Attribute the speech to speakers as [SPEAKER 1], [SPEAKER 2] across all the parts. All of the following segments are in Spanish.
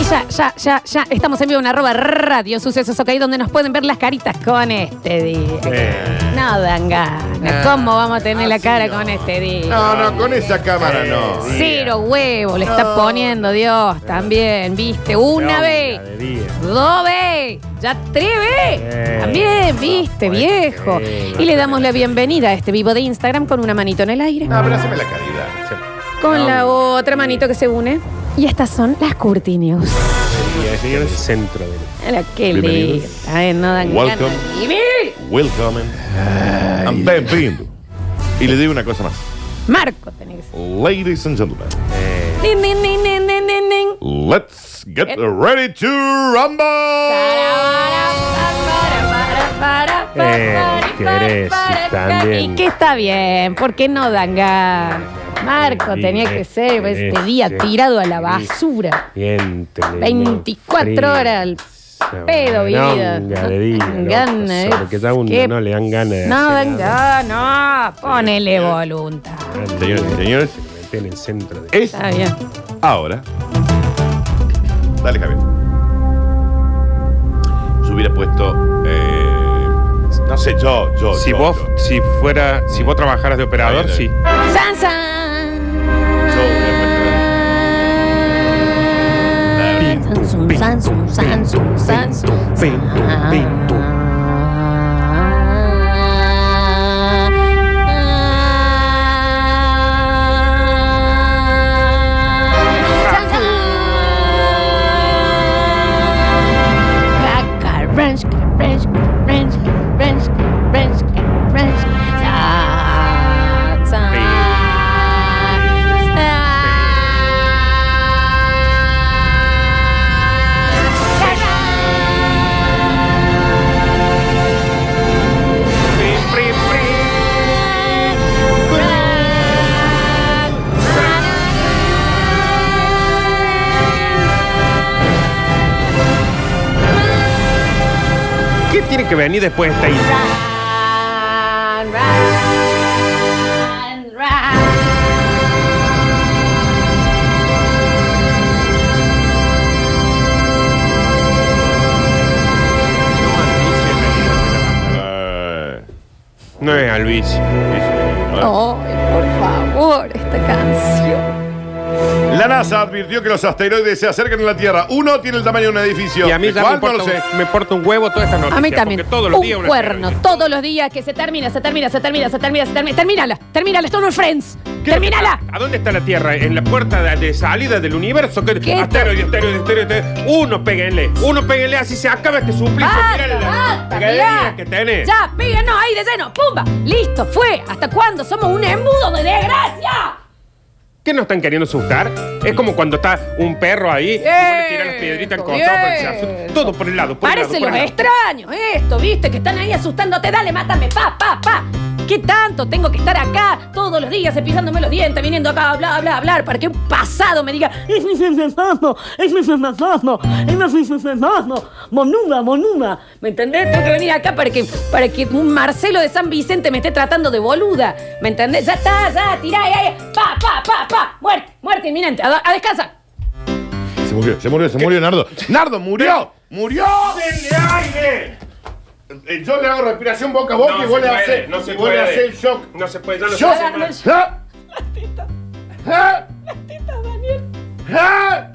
[SPEAKER 1] Y ya, ya, ya, ya. Estamos en vivo en arroba radio sucesos, ok, donde nos pueden ver las caritas con este día. No dan ganas. ¿Cómo vamos a tener la cara con este día?
[SPEAKER 2] No, no, con esa cámara no.
[SPEAKER 1] Cero huevo le está poniendo Dios también, ¿viste? Una vez, dos veces, ya tres veces. También, ¿viste, viejo? Y le damos la bienvenida a este vivo de Instagram con una manito en el aire,
[SPEAKER 2] Abrázame la caridad. che.
[SPEAKER 1] con la otra manito que se une. Y estas son las Curti News.
[SPEAKER 3] Y el centro del.
[SPEAKER 1] Hola, qué lindo.
[SPEAKER 3] Bienvenidos.
[SPEAKER 1] Ay, no dan
[SPEAKER 2] Welcome.
[SPEAKER 1] ganas de vivir.
[SPEAKER 2] Welcome. And bienvenido. Y le digo una cosa más.
[SPEAKER 1] Marco tenés.
[SPEAKER 2] Ladies and gentlemen,
[SPEAKER 1] Nin, nin, nin, nin, nin, nin, nin.
[SPEAKER 2] let's get ready to rumble.
[SPEAKER 3] Eh, qué eres, también.
[SPEAKER 1] Y que está bien, porque no dan ganas. Marco
[SPEAKER 3] Sí,
[SPEAKER 1] tenía que
[SPEAKER 3] eh,
[SPEAKER 1] ser este
[SPEAKER 3] sí,
[SPEAKER 1] día
[SPEAKER 3] sí.
[SPEAKER 1] tirado a la
[SPEAKER 3] Sí.
[SPEAKER 1] basura.
[SPEAKER 3] Viento,
[SPEAKER 1] 24 horas al pedo, vida.
[SPEAKER 3] Gana de Este. día.
[SPEAKER 1] No dan
[SPEAKER 3] loco,
[SPEAKER 1] ganas,
[SPEAKER 3] solo
[SPEAKER 1] eh.
[SPEAKER 3] que ya uno
[SPEAKER 1] Qué-
[SPEAKER 3] no le dan ganas. de
[SPEAKER 1] No
[SPEAKER 3] hacer
[SPEAKER 1] dan
[SPEAKER 3] nada.
[SPEAKER 1] ganas, ponele voluntad.
[SPEAKER 2] Señores y señores,
[SPEAKER 3] Se mete en el centro de.
[SPEAKER 2] es
[SPEAKER 1] Está bien.
[SPEAKER 2] ahora. Dale, Javier. Yo hubiera puesto. eh, no sé, yo, yo.
[SPEAKER 3] Si
[SPEAKER 2] yo,
[SPEAKER 3] vos,
[SPEAKER 2] yo. eh,
[SPEAKER 3] si fuera, si vos trabajaras de operador,
[SPEAKER 2] Está
[SPEAKER 3] sí.
[SPEAKER 2] bien,
[SPEAKER 1] San, san.
[SPEAKER 2] Yo hubiera puesto. Dale.
[SPEAKER 1] Samsung, Samsung, Samsung, Samsung.
[SPEAKER 3] ¿Qué tiene que venir después de esta isla?
[SPEAKER 1] Run, run, run.
[SPEAKER 2] Eh,
[SPEAKER 3] No es al vicio.
[SPEAKER 1] Oh, por favor, esta canción.
[SPEAKER 2] La NASA advirtió que los asteroides se acercan a la Tierra. Uno tiene el tamaño de un edificio.
[SPEAKER 3] Y a mí
[SPEAKER 2] ¿De
[SPEAKER 3] ya me
[SPEAKER 2] cuál?
[SPEAKER 3] importa,
[SPEAKER 2] No lo sé.
[SPEAKER 3] un, me importa un huevo toda esta noticia.
[SPEAKER 1] A mí también.
[SPEAKER 3] porque Todos los
[SPEAKER 1] un
[SPEAKER 3] días una
[SPEAKER 1] cuerno,
[SPEAKER 3] serie.
[SPEAKER 1] todos los días que se termina, se termina, se termina, se termina, se termina. Termínala, termínala, esto no es Friends.
[SPEAKER 3] Creo que
[SPEAKER 1] Termínala.
[SPEAKER 3] está- ¿A dónde está la Tierra? ¿En la puerta de, de salida del universo? ¿Qué?
[SPEAKER 1] ¿Qué?
[SPEAKER 3] Asteroide, asteroide, asteroide, asteroide. Uno péguenle. Uno péguenle, así se acaba este suplicio.
[SPEAKER 1] Basta,
[SPEAKER 3] Mirá la- la
[SPEAKER 1] basta,
[SPEAKER 3] galería
[SPEAKER 1] mirá.
[SPEAKER 3] que tenés.
[SPEAKER 1] Ya, píguenos ahí de lleno. ¡Pumba! Listo, fue. ¿Hasta cuándo somos un embudo de desgracia?
[SPEAKER 3] ¿Qué nos están queriendo asustar? Es como cuando está un perro ahí, y vos le tirás las piedritas al costado para que se asuste. Todo por el lado, por el lado,
[SPEAKER 1] Eh, Parece
[SPEAKER 3] por
[SPEAKER 1] los
[SPEAKER 3] el lado.
[SPEAKER 1] extraños esto, viste, que están ahí asustándote. Dale, mátame, pa, pa, pa. ¿Qué tanto tengo que estar acá todos los días cepillándome los dientes, viniendo acá a hablar, a hablar, a hablar, para que un pasado me diga, es mi sensación, es mi sensación, es mi sensación, monuda, monuda. ¿Me entendés? Tengo que venir acá para que, para que un Marcelo de San Vicente me esté tratando de boluda. ¿Me entendés? Ya está, ya, tirá, ahí, ahí. pa, pa, pa, pa, muerte, muerte inminente, a, a descansar.
[SPEAKER 2] Se murió, se murió, se murió Nardo. ¡Nardo murió! ¡Murió! ¡Denle aire! Eh, Yo le hago respiración boca a boca y
[SPEAKER 3] No
[SPEAKER 2] vos le
[SPEAKER 3] se puede,
[SPEAKER 2] haces
[SPEAKER 3] no se
[SPEAKER 2] y vos le
[SPEAKER 3] puede.
[SPEAKER 2] haces el shock.
[SPEAKER 3] No se puede, ya no se
[SPEAKER 2] ¡Shock!
[SPEAKER 3] hace más.
[SPEAKER 2] ¿Ah? ¿Ah? ¿Ah?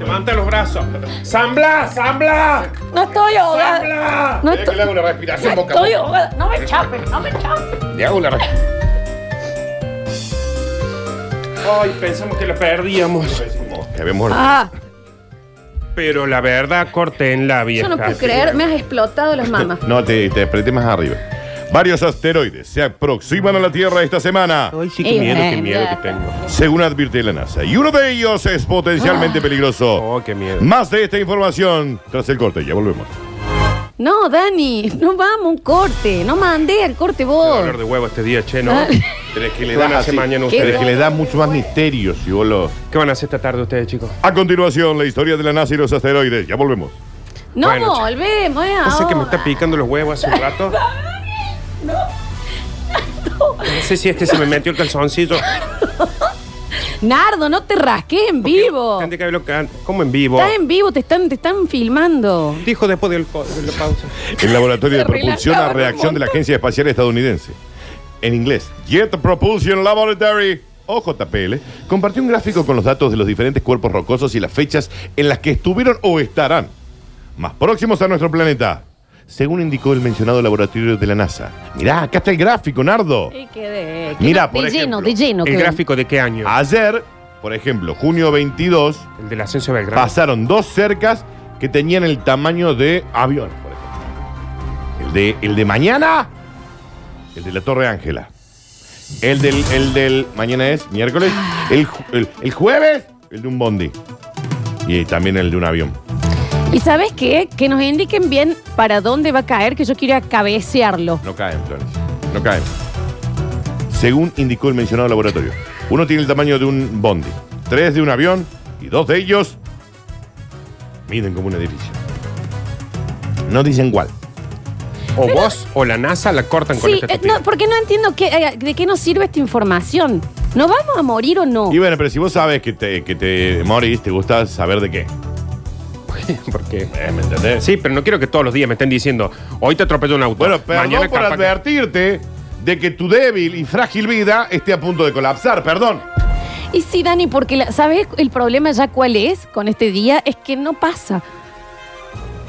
[SPEAKER 3] Levanta los brazos. ¡San Blas, San Blas!
[SPEAKER 1] No estoy
[SPEAKER 3] ¡San
[SPEAKER 1] ahogada.
[SPEAKER 3] Blas!
[SPEAKER 1] No
[SPEAKER 2] Mirá que
[SPEAKER 1] estoy-
[SPEAKER 2] le hago una respiración
[SPEAKER 1] No
[SPEAKER 2] boca a
[SPEAKER 1] estoy
[SPEAKER 2] boca.
[SPEAKER 1] ahogada. No me chapen, no me chapen.
[SPEAKER 2] Le hago una respiración.
[SPEAKER 3] Ay, pensamos que lo perdíamos.
[SPEAKER 2] Te había muerto.
[SPEAKER 1] Ah,
[SPEAKER 3] Pero la verdad, corte en la
[SPEAKER 1] yo
[SPEAKER 3] vieja.
[SPEAKER 1] no puedo creer, me has explotado las mamas.
[SPEAKER 2] No, te, te apreté más arriba. Varios asteroides se aproximan a la Tierra esta semana.
[SPEAKER 3] Ay, sí,
[SPEAKER 1] Y
[SPEAKER 3] qué miedo, qué
[SPEAKER 1] ven,
[SPEAKER 3] miedo
[SPEAKER 1] ya.
[SPEAKER 3] que tengo.
[SPEAKER 2] según advierte la NASA. Y uno de ellos
[SPEAKER 3] Ah.
[SPEAKER 2] es potencialmente peligroso.
[SPEAKER 3] Oh, qué miedo.
[SPEAKER 2] Más de esta información tras el corte, ya volvemos.
[SPEAKER 1] No, Dani, no vamos a un corte. No mandé al corte vos.
[SPEAKER 3] Dolor de huevo este día, che, ¿no?
[SPEAKER 1] Ah.
[SPEAKER 2] Pero es que le
[SPEAKER 3] ¿Qué van a
[SPEAKER 2] da
[SPEAKER 3] hacer
[SPEAKER 2] así.
[SPEAKER 3] mañana
[SPEAKER 1] ¿Qué?
[SPEAKER 2] Pero es
[SPEAKER 3] ustedes?
[SPEAKER 2] que le da mucho más misterio si vos lo.
[SPEAKER 3] ¿Qué van a hacer esta tarde ustedes, chicos?
[SPEAKER 2] A continuación, la historia de la NASA y los asteroides. Ya volvemos.
[SPEAKER 1] No
[SPEAKER 3] Bueno, che.
[SPEAKER 1] volvemos, eh.
[SPEAKER 3] No sé que me
[SPEAKER 1] ahora.
[SPEAKER 3] está picando los huevos hace un rato. No. No sé si es que se me metió el calzoncillo.
[SPEAKER 1] Nardo, no te rasqué en vivo.
[SPEAKER 3] Tendría que haberlo can- ¿Cómo en vivo?
[SPEAKER 1] Estás en vivo, te están, te están filmando.
[SPEAKER 3] Dijo después del co- de la pausa.
[SPEAKER 2] El laboratorio de
[SPEAKER 1] Se
[SPEAKER 2] propulsión a
[SPEAKER 1] relajaban un
[SPEAKER 2] reacción de la Agencia Espacial Estadounidense. En inglés, Jet Propulsion Laboratory, o JPL, compartió un gráfico con los datos de los diferentes cuerpos rocosos y las fechas en las que estuvieron o estarán más próximos a nuestro planeta, según indicó el mencionado laboratorio de la NASA. Mirá, acá está el gráfico, Nardo.
[SPEAKER 1] Y quedé.
[SPEAKER 2] Mirá,
[SPEAKER 1] de
[SPEAKER 2] por
[SPEAKER 1] lleno,
[SPEAKER 2] ejemplo,
[SPEAKER 1] de lleno.
[SPEAKER 3] ¿El
[SPEAKER 1] quedó.
[SPEAKER 3] gráfico de qué año?
[SPEAKER 2] Ayer, por ejemplo, junio 22,
[SPEAKER 3] El del ascenso de Belgrano.
[SPEAKER 2] pasaron dos cercas que tenían el tamaño de avión, por ejemplo. El de, el de mañana, el de la Torre Ángela. El del, el del, mañana es miércoles, el, ju- el- el jueves, el de un bondi. Y también el de un avión.
[SPEAKER 1] ¿Y sabes qué? Que nos indiquen bien para dónde va a caer, que yo quiero ir a cabecearlo.
[SPEAKER 2] No caen, Florencia. No caen. Según indicó el mencionado laboratorio, uno tiene el tamaño de un bondi, tres de un avión y dos de ellos miden como un edificio. No dicen cuál.
[SPEAKER 3] O vos o la NASA la cortan con
[SPEAKER 1] Sí,
[SPEAKER 3] este
[SPEAKER 1] eh, no, porque no entiendo qué, eh, de qué nos sirve esta información. ¿Nos vamos a morir o no?
[SPEAKER 2] Y bueno, pero si vos sabes que te, que te morís, te gusta saber de qué.
[SPEAKER 3] Porque.
[SPEAKER 2] Eh, ¿Me entendés?
[SPEAKER 3] Sí, pero no quiero que todos los días me estén diciendo, hoy te atropelló un auto.
[SPEAKER 2] Bueno, perdón
[SPEAKER 3] mañana
[SPEAKER 2] por
[SPEAKER 3] capaz que-".
[SPEAKER 2] advertirte de que tu débil y frágil vida esté a punto de colapsar, perdón.
[SPEAKER 1] Y sí, Dani, porque la- ¿sabes el problema ya cuál es con este día? Es que no pasa.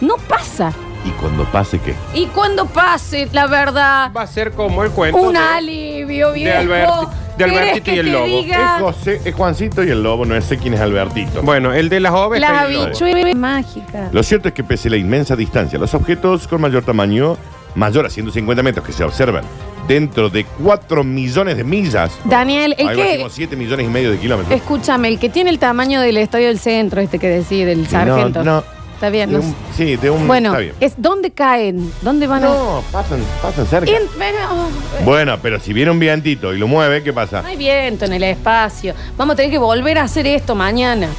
[SPEAKER 1] No pasa.
[SPEAKER 2] ¿Y cuando pase qué?
[SPEAKER 1] Y cuando pase, la verdad,
[SPEAKER 3] Va a ser como el cuento.
[SPEAKER 1] un
[SPEAKER 3] de-
[SPEAKER 1] alivio, viejo.
[SPEAKER 3] Alberti- de
[SPEAKER 1] ¿Querés
[SPEAKER 3] Albertito y
[SPEAKER 1] que
[SPEAKER 3] el
[SPEAKER 1] te
[SPEAKER 3] lobo.
[SPEAKER 2] Es
[SPEAKER 1] diga?
[SPEAKER 2] José, es Juancito y el lobo, no sé quién es Albertito.
[SPEAKER 3] Bueno, el de las ovejas.
[SPEAKER 1] Las
[SPEAKER 3] y el lobo.
[SPEAKER 1] habichuelas mágicas.
[SPEAKER 2] Lo cierto es que pese a la inmensa distancia, los objetos con mayor tamaño, mayor a 150 metros que se observan dentro de 4 millones de millas,
[SPEAKER 1] Daniel, el
[SPEAKER 2] algo así
[SPEAKER 1] que.
[SPEAKER 2] como 7 millones y medio de kilómetros,
[SPEAKER 1] Escúchame, el que tiene el tamaño del estadio del centro, este que decide, del sargento.
[SPEAKER 2] no.
[SPEAKER 1] Está bien,
[SPEAKER 2] de
[SPEAKER 1] no
[SPEAKER 2] un-
[SPEAKER 1] sé.
[SPEAKER 2] sí, de un...
[SPEAKER 1] Bueno,
[SPEAKER 2] está bien.
[SPEAKER 1] es ¿dónde caen? ¿Dónde van a.?
[SPEAKER 2] No, pasan, pasan cerca.
[SPEAKER 1] En- pero- oh,
[SPEAKER 2] Bueno, pero si viene un vientito y lo mueve, ¿qué pasa?
[SPEAKER 1] no hay viento en el espacio. Vamos a tener que volver a hacer esto mañana.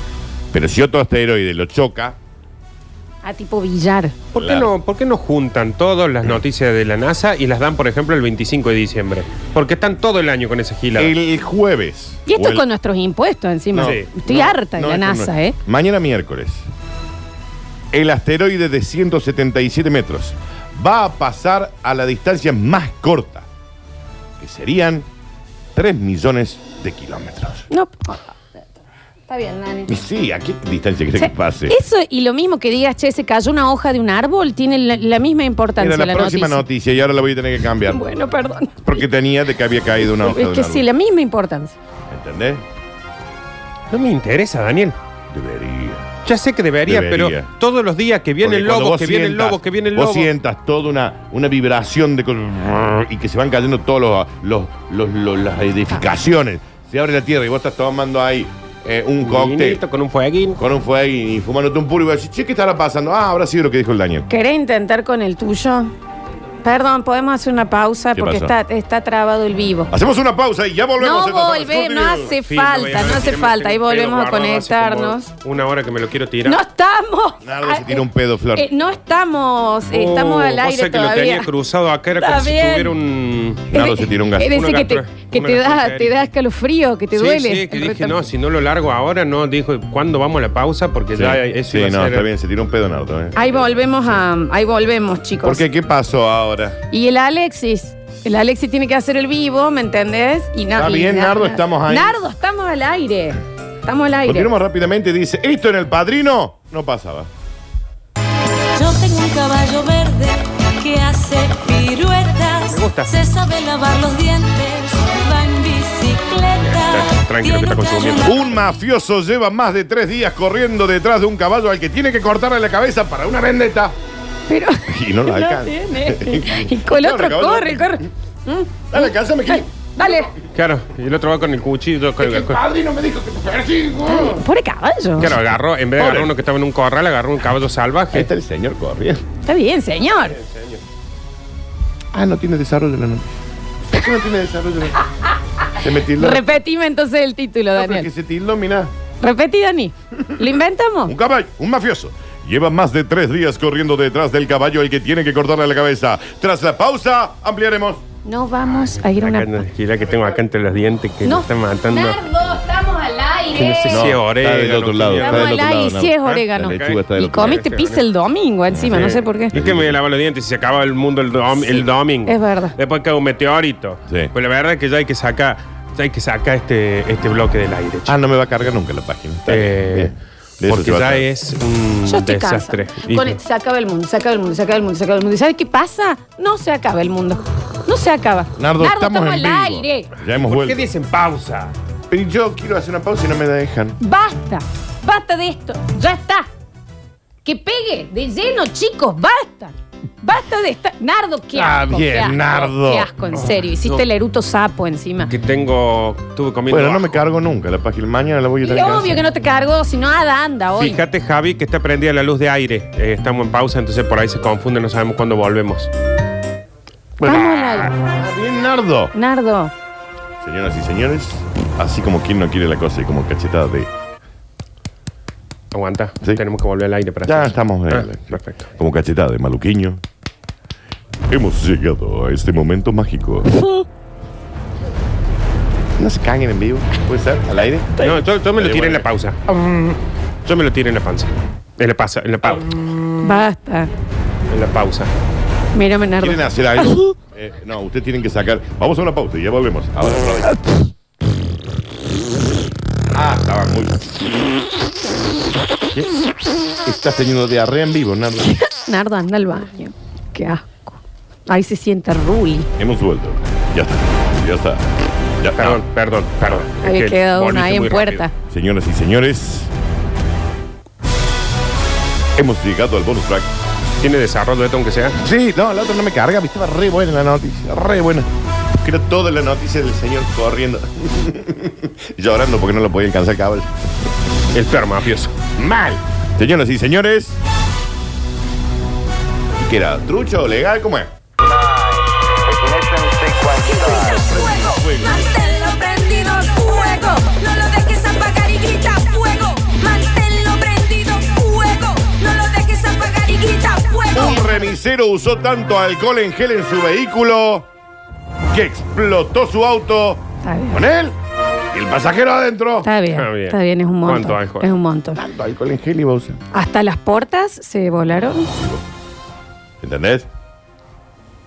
[SPEAKER 2] Pero si otro asteroide lo choca,
[SPEAKER 1] A tipo billar.
[SPEAKER 3] ¿Por, qué
[SPEAKER 2] Claro.
[SPEAKER 3] no, ¿Por qué no juntan todas las noticias de la NASA y las dan, por ejemplo, el 25 de diciembre? Porque están todo el año con esa gila.
[SPEAKER 2] el jueves...
[SPEAKER 1] Y esto
[SPEAKER 2] o el-
[SPEAKER 1] con nuestros impuestos encima.
[SPEAKER 3] No,
[SPEAKER 1] Estoy
[SPEAKER 2] No,
[SPEAKER 1] harta
[SPEAKER 2] no,
[SPEAKER 1] de la
[SPEAKER 2] esto no
[SPEAKER 1] NASA,
[SPEAKER 2] es.
[SPEAKER 1] ¿eh?
[SPEAKER 2] Mañana miércoles. El asteroide de 177 metros va a pasar a la distancia más corta, que serían 3 millones de kilómetros.
[SPEAKER 1] No. Está bien, Nani.
[SPEAKER 2] Y sí, ¿a qué distancia crees que pase?
[SPEAKER 1] Eso y lo mismo que digas, che, se cayó una hoja de un árbol, tiene la, la misma importancia.
[SPEAKER 2] Era la, próxima
[SPEAKER 1] noticia.
[SPEAKER 2] noticia. y ahora la voy a tener que cambiar.
[SPEAKER 1] Bueno, perdón.
[SPEAKER 2] Porque tenía de que había caído una hoja de
[SPEAKER 1] es
[SPEAKER 2] un
[SPEAKER 1] que
[SPEAKER 2] árbol.
[SPEAKER 1] sí, la misma importancia.
[SPEAKER 2] ¿Entendés?
[SPEAKER 3] No me interesa, Daniel.
[SPEAKER 2] Debería.
[SPEAKER 3] Ya sé que debería,
[SPEAKER 2] Debería.
[SPEAKER 3] pero todos los días que viene
[SPEAKER 2] Porque
[SPEAKER 3] el
[SPEAKER 2] cuando
[SPEAKER 3] lobo,
[SPEAKER 2] vos
[SPEAKER 3] que viene el
[SPEAKER 2] sientas-
[SPEAKER 3] lobo, que viene el
[SPEAKER 2] Vos
[SPEAKER 3] lobo.
[SPEAKER 2] sientas toda una, una vibración de cosas y que se van cayendo todos los, los, los- los- las edificaciones. Se abre la tierra y vos estás tomando ahí eh, un cóctel
[SPEAKER 3] vinito Con un fueguín.
[SPEAKER 2] con un fuego y fumándote un puro y vas a decir, che, ¿qué estará pasando? Ah, habrá sido lo que dijo el Daniel.
[SPEAKER 1] ¿Querés intentar con el tuyo? Perdón, podemos hacer una pausa
[SPEAKER 2] ¿Qué
[SPEAKER 1] porque
[SPEAKER 2] pasó?
[SPEAKER 1] está, está trabado el vivo.
[SPEAKER 2] Hacemos una pausa y ya volvemos.
[SPEAKER 1] No
[SPEAKER 2] a Total
[SPEAKER 1] volvé, no
[SPEAKER 2] Continue.
[SPEAKER 1] hace
[SPEAKER 3] Sí, voy
[SPEAKER 1] falta,
[SPEAKER 3] a-
[SPEAKER 1] no hace
[SPEAKER 3] me
[SPEAKER 1] falta.
[SPEAKER 3] tengo
[SPEAKER 1] Ahí
[SPEAKER 3] un
[SPEAKER 1] volvemos a
[SPEAKER 3] pedo guardado hace
[SPEAKER 1] conectarnos.
[SPEAKER 3] como Una hora que me lo quiero tirar.
[SPEAKER 1] No estamos.
[SPEAKER 2] Nardo se
[SPEAKER 1] Ah,
[SPEAKER 2] tira un pedo, Flor.
[SPEAKER 1] eh, no estamos, eh,
[SPEAKER 3] Oh,
[SPEAKER 1] estamos al
[SPEAKER 3] vos
[SPEAKER 1] aire
[SPEAKER 3] sabés que lo
[SPEAKER 1] todavía.
[SPEAKER 3] tenía cruzado acá, era
[SPEAKER 1] Está
[SPEAKER 3] como si
[SPEAKER 1] bien.
[SPEAKER 3] tuviera un...
[SPEAKER 2] Nardo
[SPEAKER 1] eh,
[SPEAKER 2] se tira un gas.
[SPEAKER 1] Es decir,
[SPEAKER 3] Una
[SPEAKER 1] que te,
[SPEAKER 3] gastro-
[SPEAKER 1] que
[SPEAKER 3] una
[SPEAKER 1] te da,
[SPEAKER 3] gastroenteritis.
[SPEAKER 1] te da escalofrío, que te
[SPEAKER 3] Sí,
[SPEAKER 1] duele.
[SPEAKER 3] Sí, que dije, no, si no lo largo ahora, no, dijo, ¿cuándo vamos a la pausa? Porque
[SPEAKER 2] Sí,
[SPEAKER 3] ya eso
[SPEAKER 2] sí,
[SPEAKER 3] iba a
[SPEAKER 2] no,
[SPEAKER 3] ser-
[SPEAKER 2] está bien, se tira un pedo, Nardo. eh.
[SPEAKER 1] Ahí volvemos a. Ahí volvemos, chicos.
[SPEAKER 2] ¿Por qué? ¿Qué pasó ahora?
[SPEAKER 1] Y el Alexis. El Alexis tiene que hacer el vivo, ¿me entendés? Y na-
[SPEAKER 2] Está
[SPEAKER 1] y
[SPEAKER 2] bien,
[SPEAKER 1] na-
[SPEAKER 2] Nardo, estamos ahí.
[SPEAKER 1] Nardo, estamos al aire. Estamos al aire.
[SPEAKER 2] Continuamos rápidamente. Dice, esto en el padrino no pasaba.
[SPEAKER 4] Yo tengo un caballo verde que hace piruetas.
[SPEAKER 3] Me gusta.
[SPEAKER 4] Se sabe lavar los dientes. Va en bicicleta.
[SPEAKER 3] Tranquilo, que está
[SPEAKER 4] Tiene un
[SPEAKER 3] consumiendo.
[SPEAKER 4] gallo en la-
[SPEAKER 2] Un mafioso lleva más de tres días corriendo detrás de un caballo al que tiene que cortarle la cabeza para una vendetta.
[SPEAKER 1] Pero.
[SPEAKER 2] Y no lo alcanza.
[SPEAKER 1] tiene. Y con el
[SPEAKER 2] No,
[SPEAKER 1] otro
[SPEAKER 2] lo acabo de
[SPEAKER 1] corre, corre.
[SPEAKER 2] Dale, alcánzame aquí.
[SPEAKER 1] Dale.
[SPEAKER 3] Claro, y el otro va con el cuchillo. Con,
[SPEAKER 2] El
[SPEAKER 3] con-
[SPEAKER 2] padrino me dijo que te persigo.
[SPEAKER 1] Pobre caballo.
[SPEAKER 3] claro, agarró, en vez de agarrar
[SPEAKER 2] Pobre.
[SPEAKER 3] uno que estaba en un corral, agarró un caballo
[SPEAKER 2] Ahí
[SPEAKER 3] salvaje.
[SPEAKER 2] está el señor corriendo.
[SPEAKER 1] Está bien, señor.
[SPEAKER 2] Eh, Ah, no tiene desarrollo la noche. ¿Por qué no tiene desarrollo la noche? Se me tildó.
[SPEAKER 1] Repetime entonces el título,
[SPEAKER 2] No, pero que
[SPEAKER 1] Daniel.
[SPEAKER 2] se tildó, mirá.
[SPEAKER 1] Repetí, Dani. ¿Lo inventamos?
[SPEAKER 2] Un caballo, un mafioso. Lleva más de tres días corriendo detrás del caballo al que tiene que cortarle la cabeza. Tras la pausa, ampliaremos.
[SPEAKER 1] No vamos a ir a
[SPEAKER 3] Acá
[SPEAKER 1] una.
[SPEAKER 3] en la esquina que tengo acá entre los dientes que me está matando.
[SPEAKER 1] Nardo, estamos al
[SPEAKER 3] Que
[SPEAKER 1] aire.
[SPEAKER 3] no sé
[SPEAKER 2] No,
[SPEAKER 3] si es
[SPEAKER 2] está
[SPEAKER 3] orégano,
[SPEAKER 2] del otro lado,
[SPEAKER 3] quimio.
[SPEAKER 2] está
[SPEAKER 1] Estamos al
[SPEAKER 2] del otro
[SPEAKER 1] aire,
[SPEAKER 2] lado,
[SPEAKER 1] si
[SPEAKER 2] Nardo.
[SPEAKER 1] es orégano.
[SPEAKER 2] La lechuga está del
[SPEAKER 1] Y
[SPEAKER 2] otro lado.
[SPEAKER 1] comiste pizza el domingo encima, no sé por qué.
[SPEAKER 3] Y que me voy a lavar los dientes y se acaba el mundo el, dom- el domingo.
[SPEAKER 1] es verdad.
[SPEAKER 3] Después cae un meteorito.
[SPEAKER 2] Sí.
[SPEAKER 3] Pues la verdad es que ya hay que sacar, ya hay que sacar este, este bloque del aire.
[SPEAKER 2] Ah,
[SPEAKER 3] chicos.
[SPEAKER 2] no me va a cargar nunca la página. Está
[SPEAKER 3] Eh,
[SPEAKER 2] bien, bien. De eso
[SPEAKER 3] porque
[SPEAKER 2] se va a
[SPEAKER 3] ya
[SPEAKER 2] tratar.
[SPEAKER 3] es un
[SPEAKER 1] Yo estoy
[SPEAKER 3] desastre.
[SPEAKER 1] cansada.
[SPEAKER 3] Y-
[SPEAKER 1] Con el- se acaba el mundo, se acaba el mundo, se acaba el mundo, se acaba el mundo. ¿Y sabes qué pasa? No se acaba el mundo. No se acaba.
[SPEAKER 2] Nardo, estamos, en vivo.
[SPEAKER 1] al aire.
[SPEAKER 2] Ya hemos
[SPEAKER 3] ¿Por
[SPEAKER 2] vuelto.
[SPEAKER 3] qué dicen pausa?
[SPEAKER 2] Pero yo quiero hacer una pausa y no me dejan.
[SPEAKER 1] Basta. Basta de esto. Ya está. Que pegue de lleno, chicos. Basta. Basta de estar. Nardo, qué
[SPEAKER 3] Ah,
[SPEAKER 2] Está
[SPEAKER 1] asco.
[SPEAKER 2] bien,
[SPEAKER 1] qué asco,
[SPEAKER 2] Nardo.
[SPEAKER 1] Qué asco, en serio. Hiciste
[SPEAKER 3] no.
[SPEAKER 1] el eruto sapo encima.
[SPEAKER 3] Que tengo, estuve comiendo.
[SPEAKER 2] Bueno, no me
[SPEAKER 3] ajo.
[SPEAKER 2] cargo nunca la página. Mañana la voy a
[SPEAKER 1] Y
[SPEAKER 2] tener que
[SPEAKER 1] obvio
[SPEAKER 2] hacer.
[SPEAKER 1] que no te cargo, si no Ada anda hoy.
[SPEAKER 3] Fíjate, Javi, que está prendida la luz de aire. Eh, estamos en pausa, entonces por ahí se confunde, no sabemos cuándo volvemos.
[SPEAKER 1] Vamos al aire.
[SPEAKER 2] Ah, Bien, Nardo.
[SPEAKER 1] Nardo,
[SPEAKER 2] Señoras y señores, así como quien no quiere la cosa y como cachetada de...
[SPEAKER 3] Aguanta,
[SPEAKER 2] Sí.
[SPEAKER 3] tenemos que volver al aire para
[SPEAKER 2] Ya
[SPEAKER 3] hacer-
[SPEAKER 2] estamos en
[SPEAKER 3] Ah,
[SPEAKER 2] el-
[SPEAKER 3] perfecto.
[SPEAKER 2] Como cachetada de maluquiño. Hemos llegado a este momento mágico. No se caguen en vivo. ¿Puede ser? ¿Al aire?
[SPEAKER 3] No, yo, yo me lo
[SPEAKER 2] Estaría
[SPEAKER 3] tiré en la
[SPEAKER 2] bueno.
[SPEAKER 3] pausa. Yo me lo tiré en la panza. En la pausa, en la pausa.
[SPEAKER 1] basta.
[SPEAKER 3] En la pausa.
[SPEAKER 1] Mírame, Nardo.
[SPEAKER 2] ¿Quieren hacer algo? Eh, no, ustedes tienen que sacar... Vamos a una pausa y ya volvemos. Ahora, ahora. Ah, estaba muy... ¿Qué? Estás teniendo diarrea en vivo, Nardo.
[SPEAKER 1] Nardo, anda al baño. Qué asco. Ahí se siente Ruli.
[SPEAKER 2] Hemos vuelto. Ya está. Ya está. Ya Ah, está.
[SPEAKER 3] Perdón, perdón, perdón.
[SPEAKER 1] Había
[SPEAKER 3] Es que
[SPEAKER 1] quedado una
[SPEAKER 3] volviste
[SPEAKER 1] ahí en
[SPEAKER 3] muy
[SPEAKER 1] puerta.
[SPEAKER 3] rápido.
[SPEAKER 2] Señoras y señores, hemos llegado al bonus track.
[SPEAKER 3] ¿Tiene desarrollo esto aunque sea?
[SPEAKER 2] Sí, no, la otra no me carga, estaba re buena la noticia, re buena. Creo toda la noticia del señor corriendo, llorando porque no lo podía alcanzar el caballo.
[SPEAKER 3] El peor mafioso.
[SPEAKER 2] Mal. Señoras y señores, ¿qué era? ¿Trucho? ¿Legal? ¿Cómo es?
[SPEAKER 4] Fuego, manténlo prendido, fuego. No lo dejes apagar y grita fuego. Manténlo prendido, fuego. No lo dejes apagar y grita fuego.
[SPEAKER 2] Un remisero usó tanto alcohol en gel en su vehículo que explotó su auto
[SPEAKER 1] Está bien.
[SPEAKER 2] con él y el pasajero adentro.
[SPEAKER 1] Está bien,
[SPEAKER 3] Está bien.
[SPEAKER 1] está bien, es un
[SPEAKER 3] ¿Cuánto
[SPEAKER 1] montón.
[SPEAKER 3] alcohol?
[SPEAKER 1] Es un montón.
[SPEAKER 2] Tanto alcohol en gel iba a usar.
[SPEAKER 1] Hasta las portas se volaron.
[SPEAKER 2] ¿Entendés?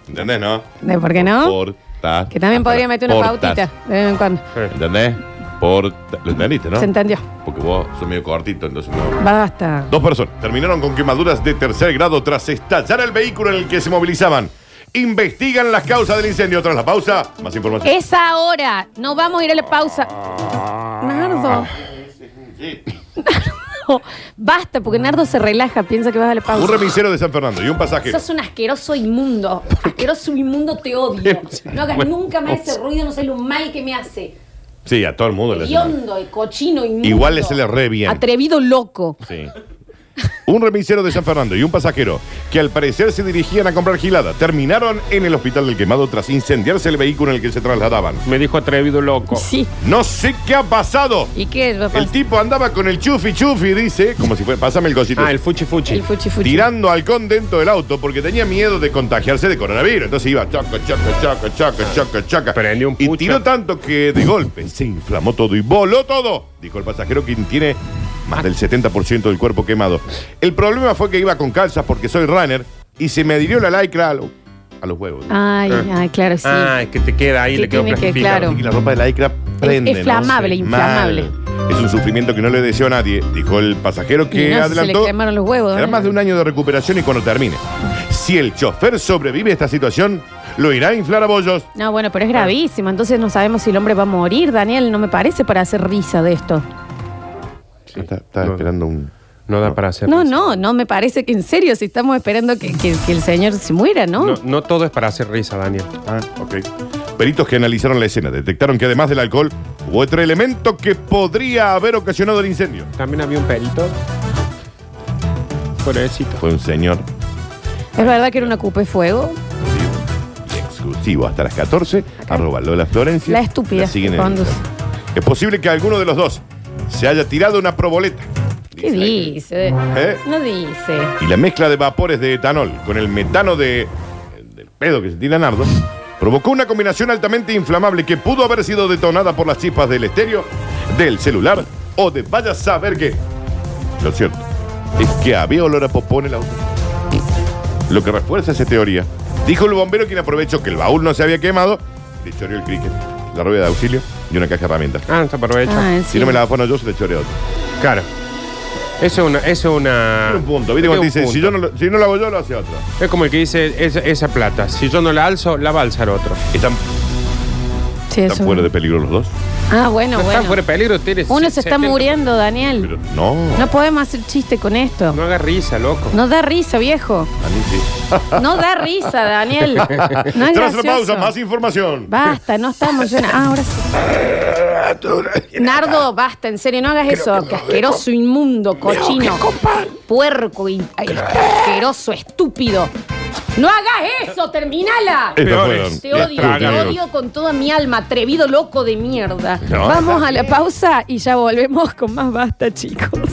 [SPEAKER 2] ¿Entendés, no?
[SPEAKER 1] ¿De por qué no?
[SPEAKER 2] Porta.
[SPEAKER 1] que también podría meter una
[SPEAKER 2] Portas.
[SPEAKER 1] pautita de vez en cuando.
[SPEAKER 2] ¿Entendés? Porta. ¿Lo entendiste, no?
[SPEAKER 1] Se entendió.
[SPEAKER 2] Porque vos sos medio cortito, entonces no.
[SPEAKER 1] Basta.
[SPEAKER 2] Dos personas terminaron con quemaduras de tercer grado tras estallar el vehículo en el que se movilizaban. Investigan las causas del incendio. Tras la pausa, más información.
[SPEAKER 1] Es ahora. No vamos a ir a la pausa.
[SPEAKER 2] Ah.
[SPEAKER 1] Nardo. Nardo. Basta, porque Nardo se relaja, piensa que vas a la
[SPEAKER 2] Un
[SPEAKER 1] pausa.
[SPEAKER 2] remisero de San Fernando y un pasajero.
[SPEAKER 1] Sos un asqueroso inmundo. Asqueroso inmundo, te odio. No hagas
[SPEAKER 3] Bueno,
[SPEAKER 1] nunca más ese ruido, no sé lo mal que me hace.
[SPEAKER 2] Sí, a todo el mundo le hace mal.
[SPEAKER 1] Hediondo, cochino, inmundo.
[SPEAKER 2] Igual le sale re bien.
[SPEAKER 1] Atrevido loco.
[SPEAKER 2] Sí. Un remisero de San Fernando y un pasajero que al parecer se dirigían a comprar gilada terminaron en el hospital del quemado tras incendiarse el vehículo en el que se trasladaban.
[SPEAKER 3] Me dijo atrevido loco.
[SPEAKER 1] Sí.
[SPEAKER 2] No sé qué ha pasado.
[SPEAKER 1] ¿Y qué es, papá?
[SPEAKER 2] El tipo andaba con el chufi chufi, dice, como si fuera, pásame el cosito.
[SPEAKER 3] Ah, el fuchi fuchi.
[SPEAKER 1] El fuchi fuchi.
[SPEAKER 2] tirando halcón dentro del auto porque tenía miedo de contagiarse de coronavirus. Entonces iba chaca, chaca, chaca, chaca, chaca, chaca.
[SPEAKER 3] Prendió un
[SPEAKER 2] y
[SPEAKER 3] pucho.
[SPEAKER 2] tiró tanto que de golpe se inflamó todo y voló todo, dijo el pasajero quien tiene más del 70% del cuerpo quemado. El problema fue que iba con calzas porque soy runner y se me adhirió la lycra a, lo- a los huevos.
[SPEAKER 1] Ay,
[SPEAKER 3] Eh.
[SPEAKER 1] ay, claro, sí.
[SPEAKER 3] Ah, es que te queda ahí,
[SPEAKER 1] Sí,
[SPEAKER 3] le quedó
[SPEAKER 1] tiene que,
[SPEAKER 3] plastificado.
[SPEAKER 1] claro.
[SPEAKER 2] Así que la ropa de la lycra prende.
[SPEAKER 1] Es- es flamable,
[SPEAKER 2] Mal.
[SPEAKER 1] inflamable.
[SPEAKER 2] Es un sufrimiento que no le deseo a nadie, dijo el pasajero
[SPEAKER 1] Y
[SPEAKER 2] que
[SPEAKER 1] no, si se le
[SPEAKER 2] adelantó.
[SPEAKER 1] quemaron los huevos. ¿eh?
[SPEAKER 2] Será
[SPEAKER 1] ¿no?
[SPEAKER 2] más de un año de recuperación y cuando termine. Si el chofer sobrevive a esta situación, lo irá a inflar a bollos.
[SPEAKER 1] No, bueno, pero es gravísimo. Entonces no sabemos si el hombre va a morir, Daniel. No me parece para hacer risa de esto.
[SPEAKER 2] Está- estaba
[SPEAKER 3] No.
[SPEAKER 2] esperando un.
[SPEAKER 3] No da para hacer
[SPEAKER 1] No,
[SPEAKER 3] risa.
[SPEAKER 1] no, no me parece que en serio, si estamos esperando que, que- que el señor se muera, ¿no?
[SPEAKER 3] No, no todo es para hacer risa, Daniel.
[SPEAKER 2] Ah, ok. Peritos que analizaron la escena detectaron que además del alcohol hubo otro elemento que podría haber ocasionado el incendio.
[SPEAKER 3] También había un perito. Pobrecito.
[SPEAKER 2] Fue un señor
[SPEAKER 1] ¿Es verdad que era una cupe fuego?
[SPEAKER 2] y exclusivo hasta las 14, arroba Lola Florencia.
[SPEAKER 1] La estúpida
[SPEAKER 2] La siguen en
[SPEAKER 1] cuando-
[SPEAKER 2] Instagram. Es posible que alguno de los dos se haya tirado una proboleta.
[SPEAKER 1] ¿Qué
[SPEAKER 2] Dice ahí.
[SPEAKER 1] dice?
[SPEAKER 2] ¿Eh?
[SPEAKER 1] No dice.
[SPEAKER 2] Y la mezcla de vapores de etanol con el metano de, del pedo que se tira Nardo provocó una combinación altamente inflamable que pudo haber sido detonada por las chispas del estéreo, del celular o de vaya a saber qué. Lo cierto es que había olor a popón en el auto. Lo que refuerza esa teoría, dijo el bombero quien aprovechó que el baúl no se había quemado, le choreó el cricket, la rueda de auxilio y una caja de herramientas.
[SPEAKER 3] Ah, se aprovecha.
[SPEAKER 1] Ah,
[SPEAKER 2] Si no me la afono yo, se le choreó otro.
[SPEAKER 3] Ah. Claro. Eso es una. Eso es una.
[SPEAKER 2] Tiene un punto, ¿viste?
[SPEAKER 3] Tiene
[SPEAKER 2] Cuando
[SPEAKER 3] un
[SPEAKER 2] dicen,
[SPEAKER 3] punto.
[SPEAKER 2] si, yo no lo, si no lo hago yo, lo hace otro.
[SPEAKER 3] Es como el que dice "Es- esa plata. Si yo no la alzo, la va a alzar otro.
[SPEAKER 2] Están,
[SPEAKER 1] Sí,
[SPEAKER 2] están
[SPEAKER 1] eso.
[SPEAKER 2] fuera de peligro los dos.
[SPEAKER 1] Ah, bueno,
[SPEAKER 3] No
[SPEAKER 1] bueno.
[SPEAKER 3] está fuera de peligro, tienes.
[SPEAKER 1] Uno se está
[SPEAKER 3] 70.
[SPEAKER 1] muriendo, Daniel.
[SPEAKER 2] Pero no.
[SPEAKER 1] No podemos hacer chiste con esto.
[SPEAKER 3] No haga risa, loco.
[SPEAKER 1] No da risa, viejo.
[SPEAKER 2] A mí sí.
[SPEAKER 1] No da risa, Daniel. No es
[SPEAKER 2] Tras la
[SPEAKER 1] gracioso.
[SPEAKER 2] pausa, más información.
[SPEAKER 1] Basta, no estamos llenas. Ah, ahora sí. Nardo, basta, en serio, no hagas eso. Que asqueroso, inmundo, cochino. Puerco, y- ay, asqueroso, estúpido. ¡No hagas eso! ¡Terminala!
[SPEAKER 2] Estas
[SPEAKER 3] Peores.
[SPEAKER 2] fueron
[SPEAKER 1] Te
[SPEAKER 2] las
[SPEAKER 1] odio, te
[SPEAKER 2] trágamelos.
[SPEAKER 1] odio con toda mi alma, atrevido loco de mierda.
[SPEAKER 2] No,
[SPEAKER 1] Vamos a la pausa y ya volvemos con más basta, chicos.